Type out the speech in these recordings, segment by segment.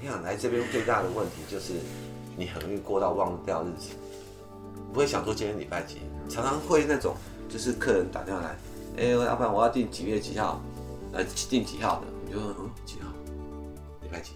你想来这边最大的问题就是，你很容易过到忘掉日子，不会想说今天礼拜几，常常会那种就是客人打电话来，哎、老板我要订几月几号，呃订几号的，你就说嗯几号，啊礼拜几，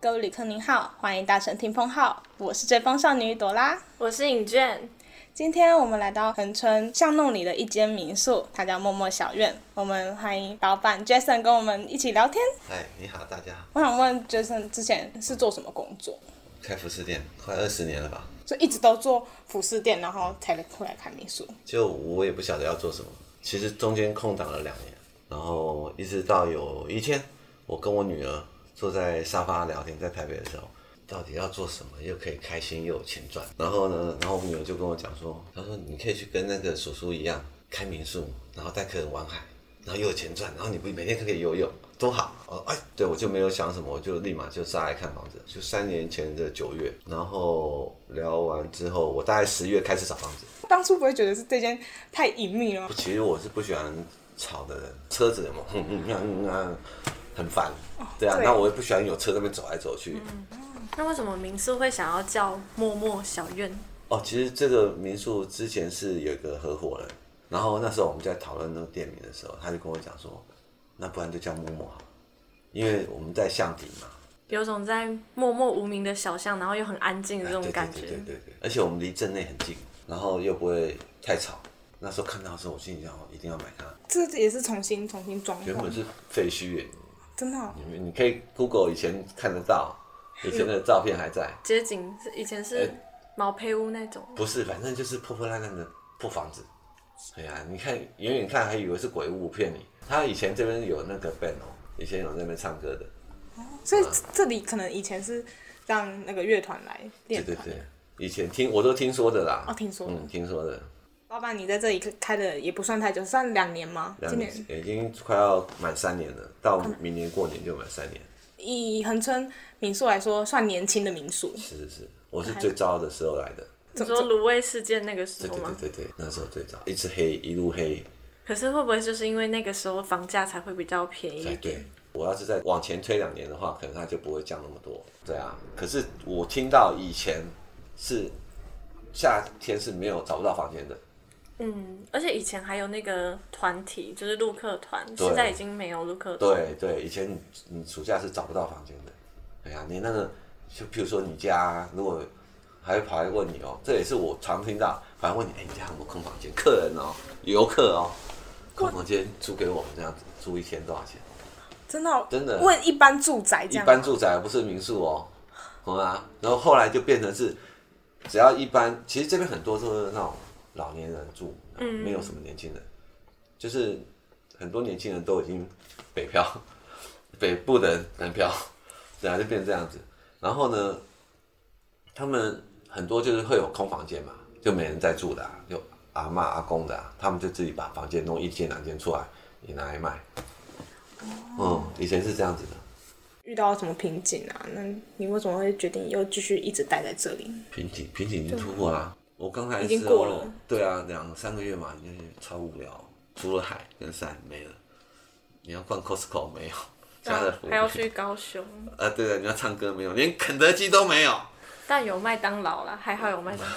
各位旅客您好，欢迎搭乘听风号，我是追风少女朵拉。我是尹娟，今天我们来到恒春巷弄里的一间民宿，它叫默默小院。我们欢迎老板 Jason 跟我们一起聊天。哎你好大家好，我想问 Jason 之前是做什么工作？开服饰店快二十年了吧，就一直都做服饰店，然后才会来开民宿。就我也不晓得要做什么，其实中间空档了两年，然后一直到有一天，我跟我女儿坐在沙发聊天，在台北的时候，到底要做什么又可以开心又有钱赚？然后呢，然后我女儿就跟我讲说，她说你可以去跟那个叔叔一样开民宿，然后带客人玩海，然后又有钱赚，然后你不每天可以游泳，多好！哦，哎，对我就没有想什么，我就立马就上来看房子，就三年前的九月，然后聊完之后，我大概十月开始找房子。当初不会觉得是这间太隐秘了吗？其实我是不喜欢吵的人，车子有没有嗯嗯嗯嗯嗯，很烦。哦对啊，对那我也不喜欢有车在那边走来走去。那为什么民宿会想要叫默默小院？哦，其实这个民宿之前是有一个合伙人，然后那时候我们在讨论那个店名的时候，他就跟我讲说，那不然就叫默默好了，因为我们在巷底嘛，有种在默默无名的小巷，然后又很安静的这哎种对感对对觉对。对对，而且我们离镇内很近，然后又不会太吵。那时候看到的时候，我心里想，我一定要买它。这也是重新重新装原本潢，是废墟耶，真的哦、你们你可以 Google 以前看得到，以前的照片还在。街景是以前是哎毛坯屋那种，不是，反正就是破破烂烂的破房子。哎呀、你看远远看还以为是鬼屋，骗你。他以前这边有那个 band 哦，以前有那边唱歌的。所以这里可能以前是让那个乐团来对练对团。对，以前听我都听说的啦。哦听说的嗯，听说的。老板，你在这里开的也不算太久，算两年吗？两今年年已经快要满三年了，到明年过年就满三年。以恒春民宿来说，算年轻的民宿。是是是，我是最糟的时候来的。你说卤味事件那个时对候对吗对？对对，那时候最糟，一直黑一路黑。可是会不会就是因为那个时候房价才会比较便宜哎对一，点？，我要是再往前推两年的话，可能它就不会降那么多。对啊，可是我听到以前是夏天是没有找不到房间的，嗯，而且以前还有那个团体，就是陆客团，对现在已经没有陆客团。对对，以前你你暑假是找不到房间的。哎呀，你那个就譬如说你家如果还会跑来问你哦，这也是我常听到，反正问你，哎，你家有没有空房间？客人哦，游客哦，空房间租给我们这样子，租一天多少钱？真的哦、真的问一般住宅这一样吗，般住宅不是民宿哦，懂吗？然后后来就变成是，只要一般，其实这边很多都是那种老年人住，嗯没有什么年轻人，就是很多年轻人都已经北漂， 北部的人南漂， 对啊，就变成这样子。然后呢，他们很多就是会有空房间嘛，就没人在住的、啊，就阿嬷阿公的、啊，他们就自己把房间弄一间两间出来，也拿来卖。哦嗯，以前是这样子的。遇到什么瓶颈啊？那你为什么会决定又继续一直待在这里？瓶颈，瓶颈已经突破啦。我刚才已经是哦过了对啊，两三个月嘛，你就是超无聊，除了海跟山没了。你要逛 Costco 没有？家乐福还要去高雄，啊？对的，你要唱歌没有？连肯德基都没有。但有麦当劳啦，还好有麦当劳。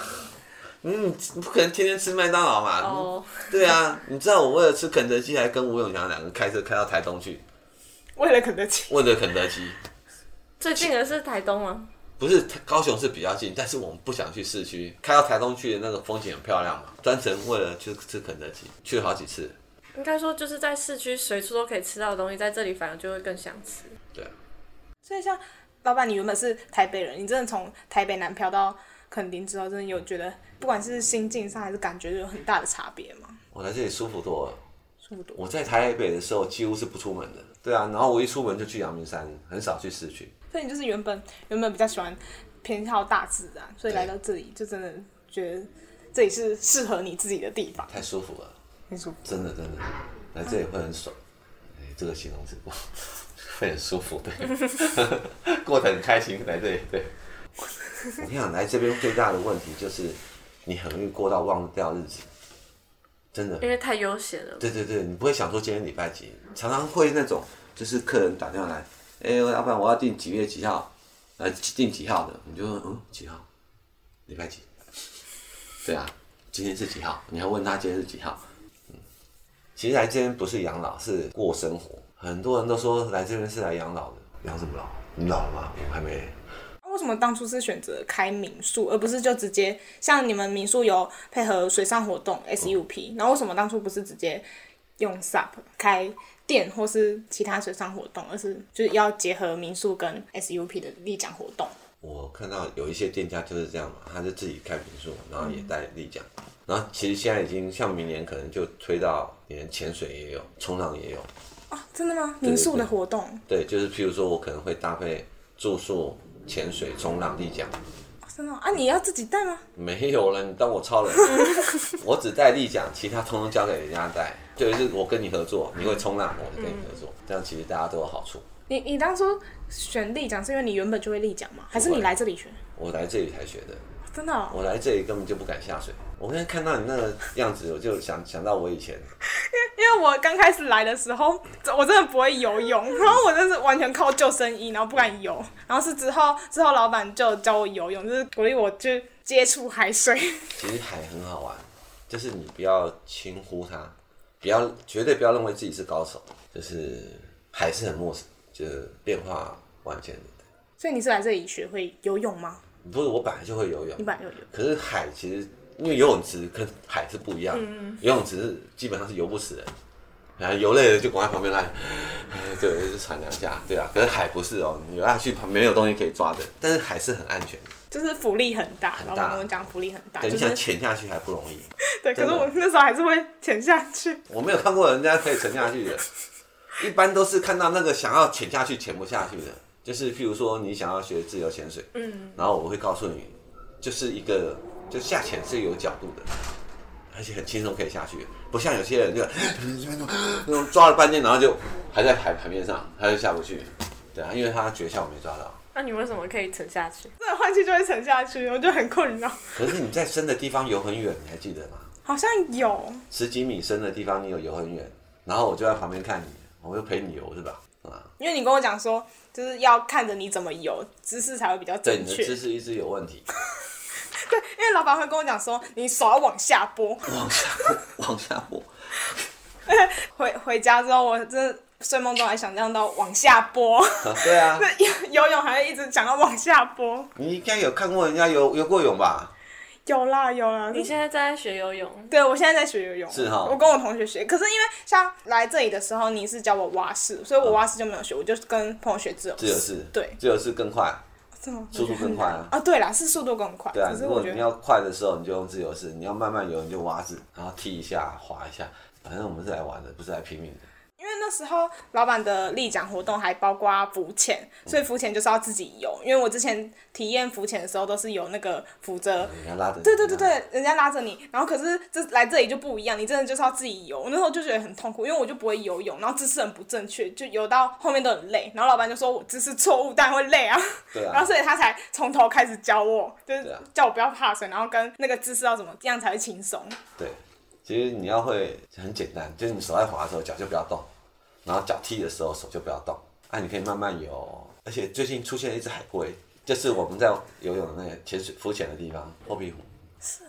嗯，你不可能天天吃麦当劳嘛。哦对啊，你知道我为了吃肯德基，还跟吴永强两个开车开到台东去，为了肯德基，为了肯德基。最近的是台东吗？不是高雄是比较近，但是我们不想去市区，开到台东去的那个风景很漂亮嘛，专程为了去吃肯德基，去了好几次。应该说就是在市区随处都可以吃到的东西，在这里反而就会更想吃。对啊。所以像老板，你原本是台北人，你真的从台北南漂到垦丁之后，真的有觉得不管是心境上还是感觉有很大的差别吗？我来这里舒服多了。差不多。我在台北的时候几乎是不出门的，对啊，然后我一出门就去阳明山，很少去市区。所以你就是原本原本比较喜欢偏好大自然，所以来到这里就真的觉得这里是适合你自己的地方，太舒服了，很舒服。真的真的，来这里会很爽。哎、这个形容词， 哇会很舒服，对， 过得很开心，来这里，对。我跟你讲，来这边最大的问题就是，你很容易过到忘掉日子，真的。因为太悠闲了。对对对，你不会想说今天礼拜几，常常会那种就是客人打电话来，哎、老板我要订几月几号，呃，订几号的，你就问嗯几号，礼拜几？对啊，今天是几号？你还问他今天是几号？嗯，其实来这边不是养老，是过生活。很多人都说来这边是来养老的，养什么老？你老了吗？我还没。那啊为什么当初是选择开民宿，而不是就直接像你们民宿有配合水上活嗯动 SUP，、然后为什么当初不是直接用 SUP 开店或是其他水上活动，而是就是要结合民宿跟 SUP 的立奖活动？我看到有一些店家就是这样嘛，他就自己开民宿，然后也带立桨，然后其实现在已经像明年可能就推到连潜水也有，冲浪也有，啊，真的吗？民宿的活动啊对，就是譬如说我可能会搭配住宿、潜水、冲浪、立桨，啊真的哦啊？你要自己带吗？没有了，你当我超人，我只带立桨，其他通通交给人家带，就是我跟你合作，你会冲浪，我就跟你合作，这样其实大家都有好处。你你当初选立奖是因为你原本就会立奖吗？还是你来这里学？我来这里才学的，啊真的、哦，我来这里根本就不敢下水。我刚才看到你那个样子，我就想想到我以前因为我刚开始来的时候，这我真的不会游泳， 然后我真是完全靠救生衣，然后不敢游。然后是之后之后老板就教我游泳，就是鼓励我去接触海水。 其实海很好玩，就是你不要轻忽它，不要绝对不要认为自己是高手，就是海是很陌生，就是变化万千的。所以你是来这里学会游泳吗？不是我本来就会游泳你，本来就有。可是海其实因为游泳池跟海是不一嗯样，游泳池是基本上是游不死人，然后游累了就滚在旁边来， 哎对，就喘两下，对啊。可是海不是哦，你游下去旁边没有东西可以抓的，但是海是很安全的，就是福利很大，很大老板跟我讲福利很大，对，就你是想潜下去还不容易。对。可真是的我那时候还是会潜下去， 我没有看过人家可以沉下去的，一般都是看到那个想要潜下去潜不下去的，就是譬如说你想要学自由潜水，嗯，然后我会告诉你，就是一个就下潜是有角度的，而且很轻松可以下去，不像有些人就那种抓了半天，然后就还在海海面上，他就下不去，对啊，因为他诀窍没抓到。那、你为什么可以沉下去？真的换气就会沉下去，我就很困扰。可是你在深的地方游很远，你还记得吗？好像有，十几米深的地方你有游很远，然后我就在旁边看你，我就陪你游是吧？啊。因为你跟我讲说，就是要看着你怎么游，姿势才会比较对，正你的确。姿势一直有问题，因为老板会跟我讲说，你手要往下拨。往下往下拨，回回家之后，我真的睡梦中还想象到往下拨，对啊， 游泳还会一直想到往下拨。你应该有看过人家游游过泳吧？有啦有啦，你现在在学游泳，对我现在在学游泳，是哈我跟我同学学，可是因为像来这里的时候，你是教我蛙式，所以我蛙式就没有学，我就跟朋友学自由啊自由式，对，自由式更快，这么速度更快啊。啊，对啦，是速度更快，对啊，可是如我果觉你得要快的时候，你就用自由式；你要慢慢游，你就蛙式，然后踢一下、滑一下。反正我们是来玩的，不是来拼命的。因为那时候老板的立奖活动还包括浮潜，所以浮潜就是要自己游。因为我之前体验浮潜的时候都是有那个扶着人家拉着你，对对嗯对对，人家拉着你，然后可是这来这里就不一样，你真的就是要自己游。我那时候就觉得很痛苦，因为我就不会游泳，然后姿势很不正确，就游到后面都很累。然后老板就说我姿势错误，当然会累啊。对 然啊后，所以他才从头开始教我，就对是啊叫我不要怕水，然后跟那个姿势要怎么样才会轻松。对。其实你要会很简单，就是你手在滑的时候，脚就不要动，然后脚踢的时候手就不要动。啊，你可以慢慢游。而且最近出现了一只海龟，就是我们在游泳的那个潜水浮潜的地方，后壁湖。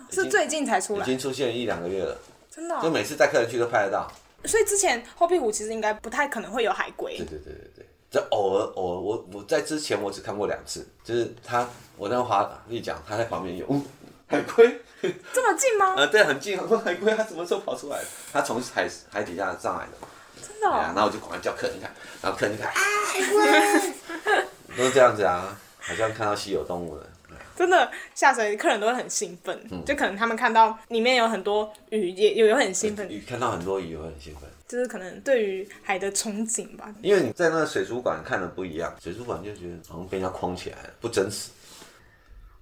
经是最近才出已来，经出现一两个月了，真的哦、就每次带客人去都拍得到。所以之前后壁湖其实应该不太可能会有海龟对，对对对对，这偶尔偶尔我我在之前我只看过两次，就是他我那华丽讲他在旁边有、嗯、海龟，这么近吗？呃对，很近，我说海龟它什么时候跑出来的？它从海海底下上来的，真的对啊哦、然后我就赶快叫客人看，然后客人就看啊 海龟， 都是这样子啊，好像看到稀有动物了。真的下水客人都会很兴奋，嗯就可能他们看到里面有很多鱼，也也会很兴奋。鱼看到很多鱼我很兴奋，就是可能对于海的憧憬吧。因为你在那个水族馆看的不一样，水族馆就觉得好像被人家框起来了，不真实。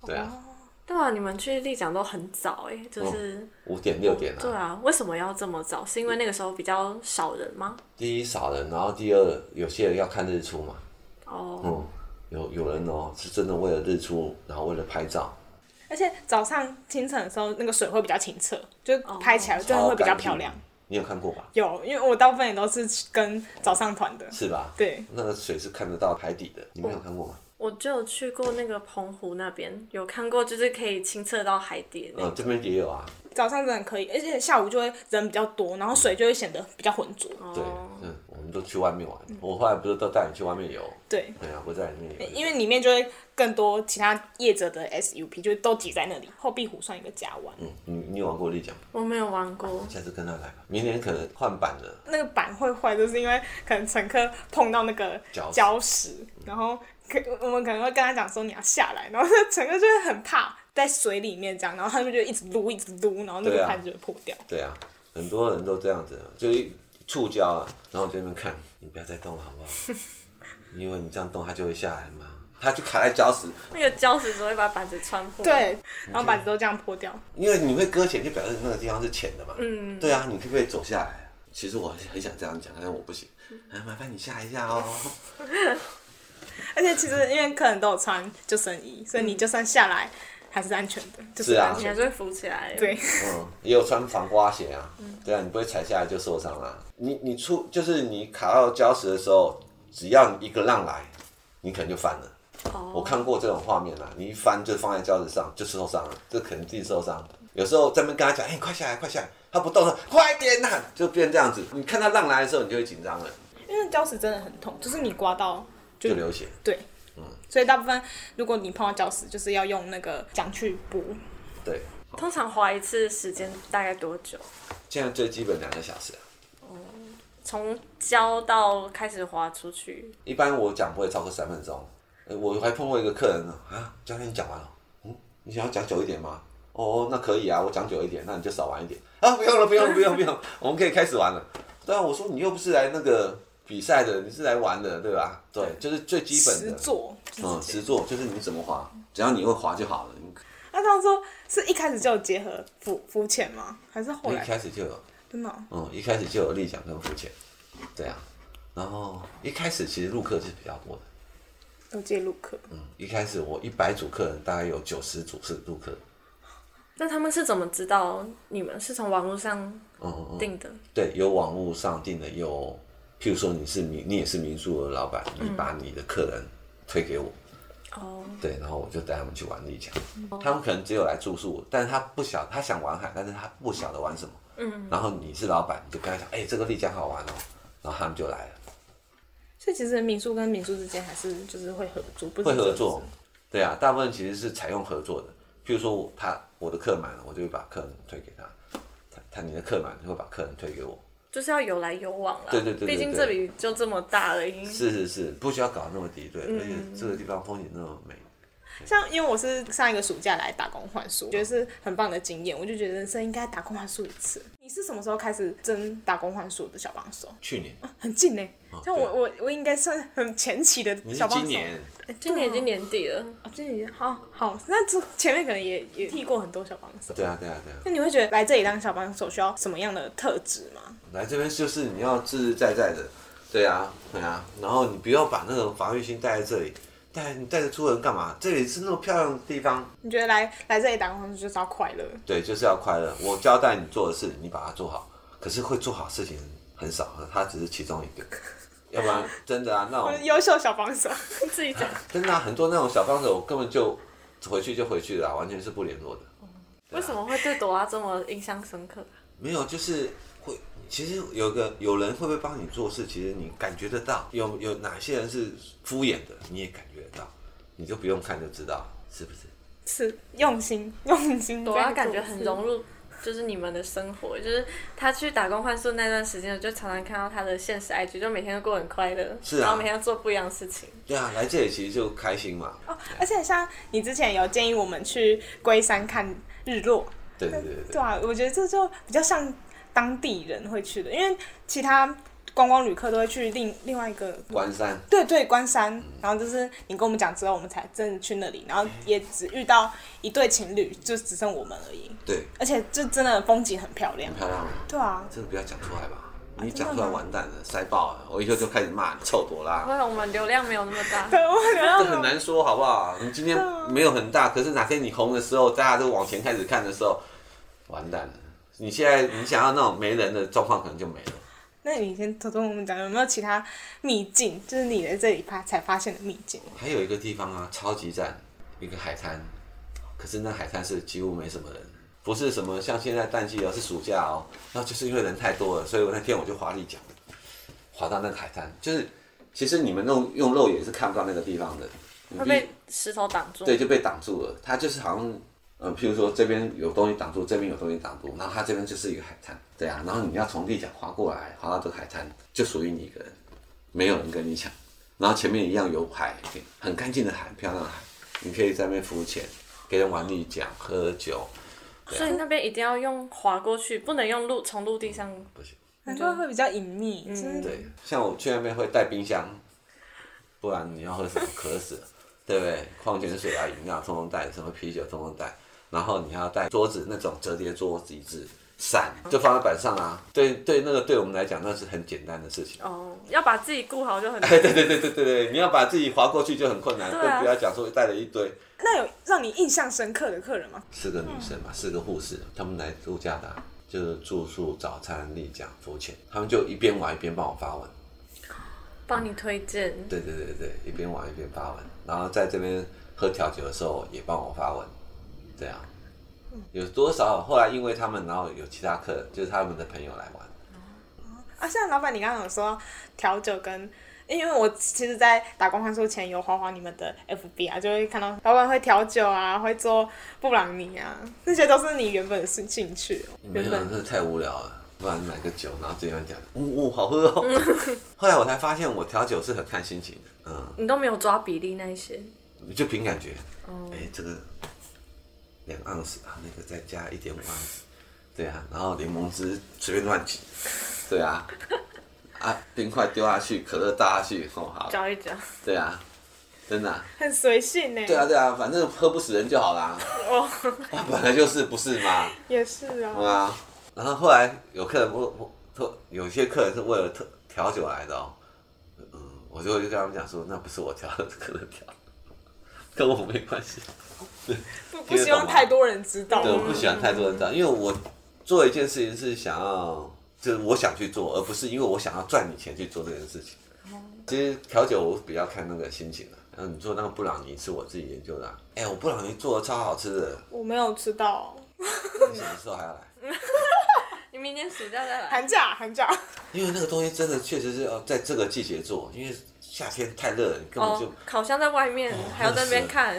哦对啊，对啊，你们去立奖都很早哎、就是、五点六点对啊，为什么要这么早？是因为那个时候比较少人吗？第一少人，然后第二有些人要看日出嘛，哦、嗯，有有人哦是真的为了日出，然后为了拍照，哎、而且早上清晨的时候，那个水会比较清澈，就拍起来真的好会比哦较干净漂亮。。你有看过吧？有，因为我大部分也都是跟早上团的，是吧？对，哦那个水是看得到海底的，你们有看过吗？我就有去过那个澎湖那边，有看过，就是可以清澈到海底的那哦呃，种。这边也有啊，早上真的可以，而且下午就会人比较多，然后水就会显得比较浑浊。对哦，嗯，我们都去外面玩。我后来不是都带你去外面游？嗯对，对啊，不在里面游。因为里面就会更多其他业者的 SUP，就都挤在那里。后壁湖算一个假玩，嗯，你你有玩过立桨吗？我没有玩过。下次跟他来吧，明年可能换版了。那个板会坏，就是因为可能乘客碰到那个礁石礁石，然后可我们可能会跟他讲说你要下来，然后那乘客就会很怕在水里面这样，然后他们就一直撸一直撸，然后那对个啊盘就会破掉。对啊，很多人都这样子，啊就一触礁啊，然后我在那边看，你不要再动了好 不好？你以为你这样动它就会下来吗？它就卡在礁石，那个礁石只会把板子穿啊破。，对，然后板子都这样破掉。因为你会搁浅，就表示那个地方是浅的嘛。嗯，对啊，你可不可以走下来？其实我很想这样讲，但是我不行。哎，麻烦你下一下哦。而且其实因为客人都有穿救生衣，所以你就算下来还是安全的，就是是啊安你全。还是会浮起来。，对，嗯，也有穿防刮鞋啊。对啊，你不会踩下来就受伤啦、你你出就是你卡到礁石的时候，只要一个浪来，你可能就翻了。我哦，看过这种画面啦，你一翻就放在礁石上，就受伤了，这肯定受伤。有时候在那边跟他讲，哎、你快下来，快下来，他不动了，快点呐、就变这样子。你看到浪来的时候，你就会紧张了，因为礁石真的很痛，就是你刮到就就流血。嗯对，所以大部分如果你碰到礁石，就是要用那个桨去补。对，通常滑一次时间大概多久？现在最基本两个小时啊、从礁到开始滑出去，一般我讲不会超过三分钟。呃我还碰过一个客人呢，啊，教练你讲完了，嗯，你想要讲久一点吗？哦，那可以啊，我讲久一点，那你就少玩一点啊，不用了，不用了，不用了，不用了， 我们可以开始玩了。对啊，我说你又不是来那个比赛的，你是来玩的，对吧？对，就是最基本实的，做，嗯，实做就是你怎么滑，只要你会滑就好了。你那他说是一开始就有结合浮浮潜吗？还是后一来？开始就有，真的嗯，哦、一开始就有立桨跟浮潜，对啊，然后一开始其实入客是比较多的。有介入课，一开始我一百组客人，大概有九十组是入客。那他们是怎么知道你们是从网络上嗯嗯嗯，订的？对，有网络上订的，有，譬如说你是民，你也是民宿的老板，你把你的客人推给我，哦，对，然后我就带他们去玩立桨。他们可能只有来住宿，但是他不晓，他想玩海，但是他不晓得玩什么。嗯。然后你是老板，你就跟他讲，哎、这个立桨好玩哦，然后他们就来了，所以其实民宿跟民宿之间还是就是会合作，不是会合只作。对啊，大部分其实是采用合作的。譬如说我他我的客满了，我就会把客人推给他，他他你的客满就会把客人推给我。就是要有来有往啦。对对对对毕竟对这里就这么大了，已经是是是，不需要搞那么敌对，嗯而且这个地方风景那么美。像因为我是上一个暑假来打工换宿，觉得是很棒的经验，我就觉得人生应该打工换宿一次。你是什么时候开始争打工换宿的小帮手？去年，很近呢、像我哦对我我应该算很前期的 你小是帮今手。年，哎今年已经年底了，哦，今年好好，那这前面可能也也替过很多小帮手。对啊对啊对啊，那你会觉得来这里当小帮手需要什么样的特质吗？来这边就是你要自自在在的，对啊对啊，然后你不要把那种防御心带在这里，带你带着出人干嘛？这里是那么漂亮的地方，你觉得来来这里打工换宿就是要快乐？对，就是要快乐。我交代你做的事，你把它做好，可是会做好事情很少，它只是其中一个， 要不然真的啊，那我种是优秀小帮手， 自己讲。真的、啊、很多那种小帮手，我根本就回去就回去了啊、完全是不联络的。为什么会对朵拉这么印象深刻？没有，就是会，其实有个有人会不会帮你做事，其实你感觉得到。有有哪些人是敷衍的，你也感觉得到，你就不用看就知道，是不是？是用心用心。 朵拉啊感觉很容。融入，就是你们的生活。就是她去打工换宿那段时间，我就常常看到她的现实 IG，就每天都过得很快乐，是啊然后每天做不一样的事 情。对啊，来这里其实就开心嘛。哦而且像你之前有建议我们去龟山看日落，对对对对对啊，我觉得这就比较像当地人会去的，因为其他观光旅客都会去另另外一个。对，关山对对，关山，然后就是你跟我们讲之后，我们才真的去那里，然后也只遇到一对情侣，就只剩我们而已，对，而且就真的风景很漂亮很，漂亮啊，对啊， 这个不要讲出来吧。你讲出来完蛋了，塞爆了，我以后就开始骂你臭朵拉不。然我们流量没有那么大。对，我觉这得很难说，好不好？你今天没有很大，可是哪天你红的时候，大家都往前开始看的时候，完蛋了。你现在你想要那种没人的状况，可能就没了。那你先偷偷跟我们讲，有没有其他秘境？就是你在这里发才发现的秘境？还有一个地方啊，超级赞，一个海滩，可是那海滩是几乎没什么人，不是什么像现在淡季哦，是暑假哦，那就是因为人太多了，所以我那天我就划立桨，划到那个海滩，就是其实你们用用肉眼是看不到那个地方的， 你会必被石头挡住。对，就被挡住了。它就是好像，呃，譬如说这边有东西挡住，这边有东西挡住，然后它这边就是一个海滩，对啊，然后你要从地角划过来，划到这个海滩，就属于你一个人，没有人跟你抢。然后前面一样有海，很干净的海，很漂亮的海，你可以在那边浮潜，给人玩立桨、喝酒，啊所以那边一定要用划过去，不能用陆从陆地上。不行。难怪会比较隐秘，就是嗯对，像我去那边会带冰箱，不然你要喝什么渴死了，对不对？矿泉水啊、饮料通通带，什么啤酒通通带，然后你还要带桌子那种折叠桌椅子、伞，就放在板上啊。对对，那个对我们来讲那是很简单的事情。哦，要把自己顾好就很。对 对对对对对对，你要把自己划过去就很困难，对更啊不要讲说带了一堆。那有让你印象深刻的客人吗？四个女生嘛，四个护士，她们来度假的啊、就是住宿、早餐、立桨、浮潜，她们就一边玩一边帮我发文。帮你推荐，对对对对，一边玩一边发文，然后在这边喝调酒的时候也帮我发文，对啊，嗯有多少后来因为他们，然后有其他客人，就是他们的朋友来玩，啊，像老板，你刚刚有说调酒跟，因为我其实，在打工换宿前有滑滑你们的 FB 啊，就会看到老板会调酒啊，会做布朗尼啊，那些都是你原本的兴兴趣哦、没原有，本真的太无聊了。不然买个酒，然后这边讲，呜、呜，好喝 哦。后来我才发现，我调酒是很看心情的，嗯，你都没有抓比例那一些。就凭感觉。哦哎、这个两盎司啊，那个再加一点五盎司，对啊，然后柠檬汁随便乱挤，对啊，啊，冰块丢下去，可乐倒下去，哦，好，搅一搅，对啊，真的啊、很随性呢、对啊，对啊，反正喝不死人就好啦，哦，啊，本来就是不是嘛，也是啊。对啊，然后后来有客人不不特，有些客人是为了特调酒来的哦，嗯，我就就跟他们讲说，那不是我调的，是客人调的，跟我没关系。不不希望太多人知道。啊啊对，我不喜欢太多人知道，因为我做一件事情是想要，就是我想去做，而不是因为我想要赚你钱去做这件事情。哦其实调酒我比较看那个心情了、然后你做那个布朗尼是我自己研究的、啊，哎、我布朗尼做的超好吃的，我没有吃到，你什么时候还要来？你明年暑假再来。寒假寒假，因为那个东西真的确实是要在这个季节做，因为夏天太热了，你根本就哦哦，烤箱在外面，还要在那边看。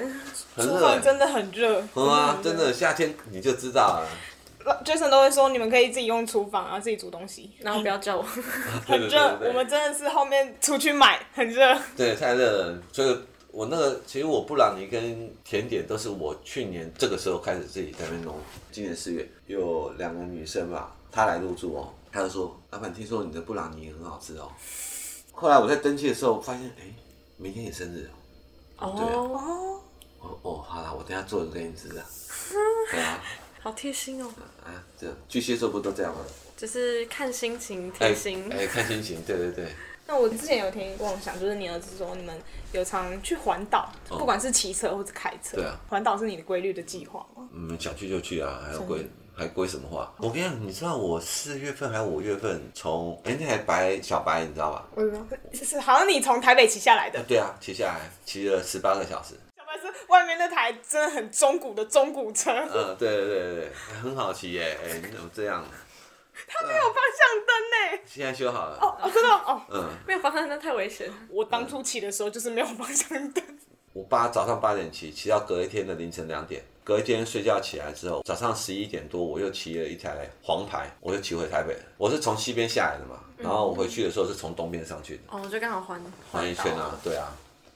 很厨热、房欸。真的很热。嗯啊，真的夏天你就知道 了，老，Jason 都会说你们可以自己用厨房啊，自己煮东西。 然后不要叫我， 对啊很对热对，对我们真的是后面出去买，很热。对，太热了，所以我那个其实我布朗尼跟甜点都是我去年这个时候开始自己在那边弄。今年四月有两个女生吧，她来入住哦，她就说：“老板，听说你的布朗尼很好吃哦。”后来我在登记的时候发现，哎，明天也生日哦。哦，哦，哦哦，好啦，我等一下做一个给你吃啊。对啊，好贴心哦，啊，这巨蟹座不都这样吗？就是看心情哎贴心。哎，看心情，对对对。那我之前有听过想，就是你儿子说你们有常去环岛，哦不管是骑车或是开车。对啊环岛是你的规律的计划吗？嗯，想去就去啊，还要归还归什么话？我跟你讲，你知道我四月份还是五月份从哎、那台白小白，你知道吧？我知道，是好像你从台北骑下来的。对啊，骑下来骑了十八个小时。 小白是外面那台真的很中古的中古车，它嗯，对对对对，还很好骑耶！哎、你怎么这样？没有方向灯呢。现在修好了。哦哦，真的哦。嗯，没有方向灯太危险了。我当初骑的时候就是没有方向灯， 我八早上八点骑，骑到隔一天的凌晨两点。隔一天睡觉起来之后，早上十一点多我又骑了一台黄牌，我又骑回台北了。我是从西边下来的嘛，然后我回去的时候是从东边上去的。哦，我就刚好环环一圈啊，，对啊，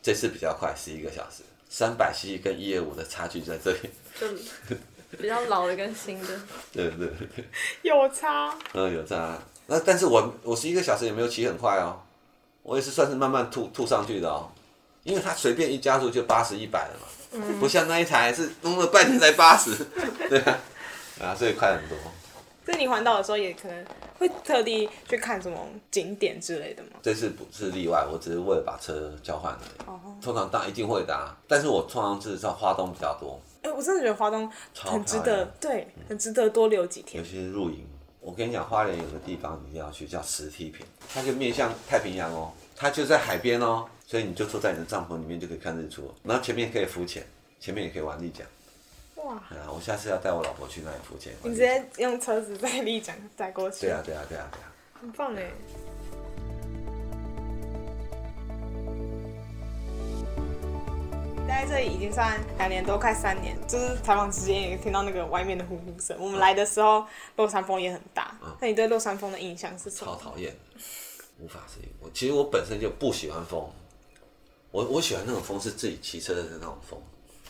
这次比较快，十一个小时，三百 cc 跟一二五的差距在这里， 就比较老的跟新的。对对 对，有差。嗯，有差。那但是我我十一个小时也没有骑很快哦，我也是算是慢慢吐吐上去的哦，因为它随便一加速就八十一百了嘛，嗯 不像那一台是弄了半天才八十，对啊，啊，所以快很多。所以你环岛的时候也可能会特地去看什么景点之类的吗？这次不是例外，我只是为了把车交换而已。通常当然一定会的、啊，但是我通常是在花东比较多，哎、我真的觉得花东很值漂得亮，对，很值得多留几尤天。其是露营。我跟你讲，花莲有个地方你一定要去，叫石梯坪，它就面向太平洋哦，它就在海边哦，所以你就坐在你的帐篷里面就可以看日出哦，然后前面可以浮潜，前面也可以玩立桨。哇！啊，我下次要带我老婆去那里浮潜。你直接用车子在丽江载过去，对啊，对啊，对啊，对啊。很棒哎。待在这里已经算两年多，快三年。就是采访之间也听到那个外面的呼呼声。我们来的时候，落山风也很大。那你对落山风的印象是什超么？讨厌，无法适应。我其实我本身就不喜欢风，我我喜欢那种风是自己骑车的那种风，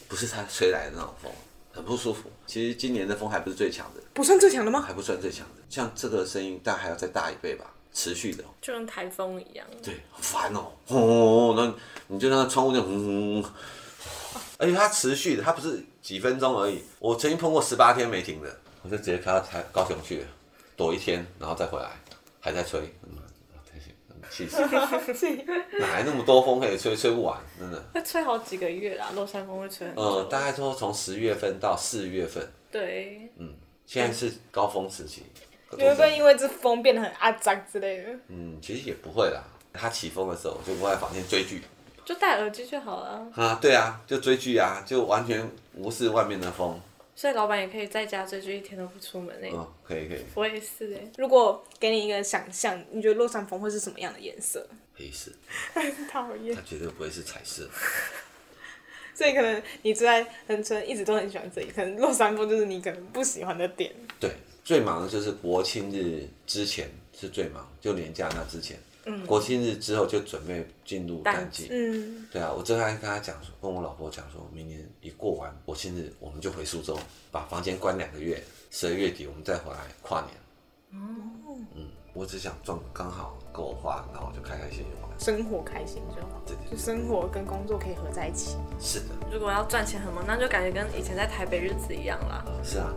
不是它吹来的那种风，很不舒服。其实今年的风还不是最强的，不算最强的吗？ 还不算最强的，像这个声音，但还要再大一倍吧，持续的哦，就跟台风一样。对，很烦哦，轰轰轰，那你就让它窗户那样轰轰轰，而且它持续的，它不是几分钟而已，我曾经碰过十八天没停的，我就直接开到台高雄去了，躲一天，然后再回来，还在吹，嗯，太气气死， 哪来那么多风可以吹，吹不完，真的。会吹好几个月啦，落山风会吹很久。呃，大概说从十月份到四月份，嗯对，现在是高峰时期。你会不会因为这风变得很阿脏之类的？嗯，其实也不会啦。他起风的时候，我就窝在房间追剧就戴耳机就好了。啊，对啊，就追剧啊，就完全无视外面的风。所以老板也可以在家追剧，一天都不出门哎、嗯，可以可以，我也是哎、如果给你一个想象，你觉得落山风会是什么样的颜色？黑色，讨厌它。绝对不会是彩色。所以可能你住在横村，一直都很喜欢这里，可能落山风就是你可能不喜欢的点。对，最忙的就是国庆日之前是最忙，就年假那之前。嗯，国庆日之后就准备进入淡淡季。嗯，对啊，我正还跟他讲说，跟我老婆讲说，明年一过完国庆日，我们就回苏州，把房间关两个月，十二月底我们再回来跨年。嗯，我只想赚刚好够我花，然后我就开开心心玩。生活开心就好，对对就生活跟工作可以合在一起。是的，如果要赚钱很忙，那就感觉跟以前在台北日子一样啦。是啊，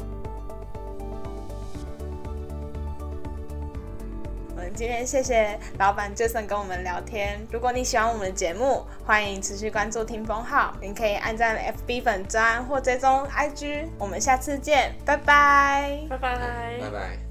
我们今天谢谢老板 Jason 跟我们聊天。如果你喜欢我们的节目，欢迎持续关注听风号，你可以按赞 FB 粉砖或追踪 IG。我们下次见，拜拜。拜拜拜拜。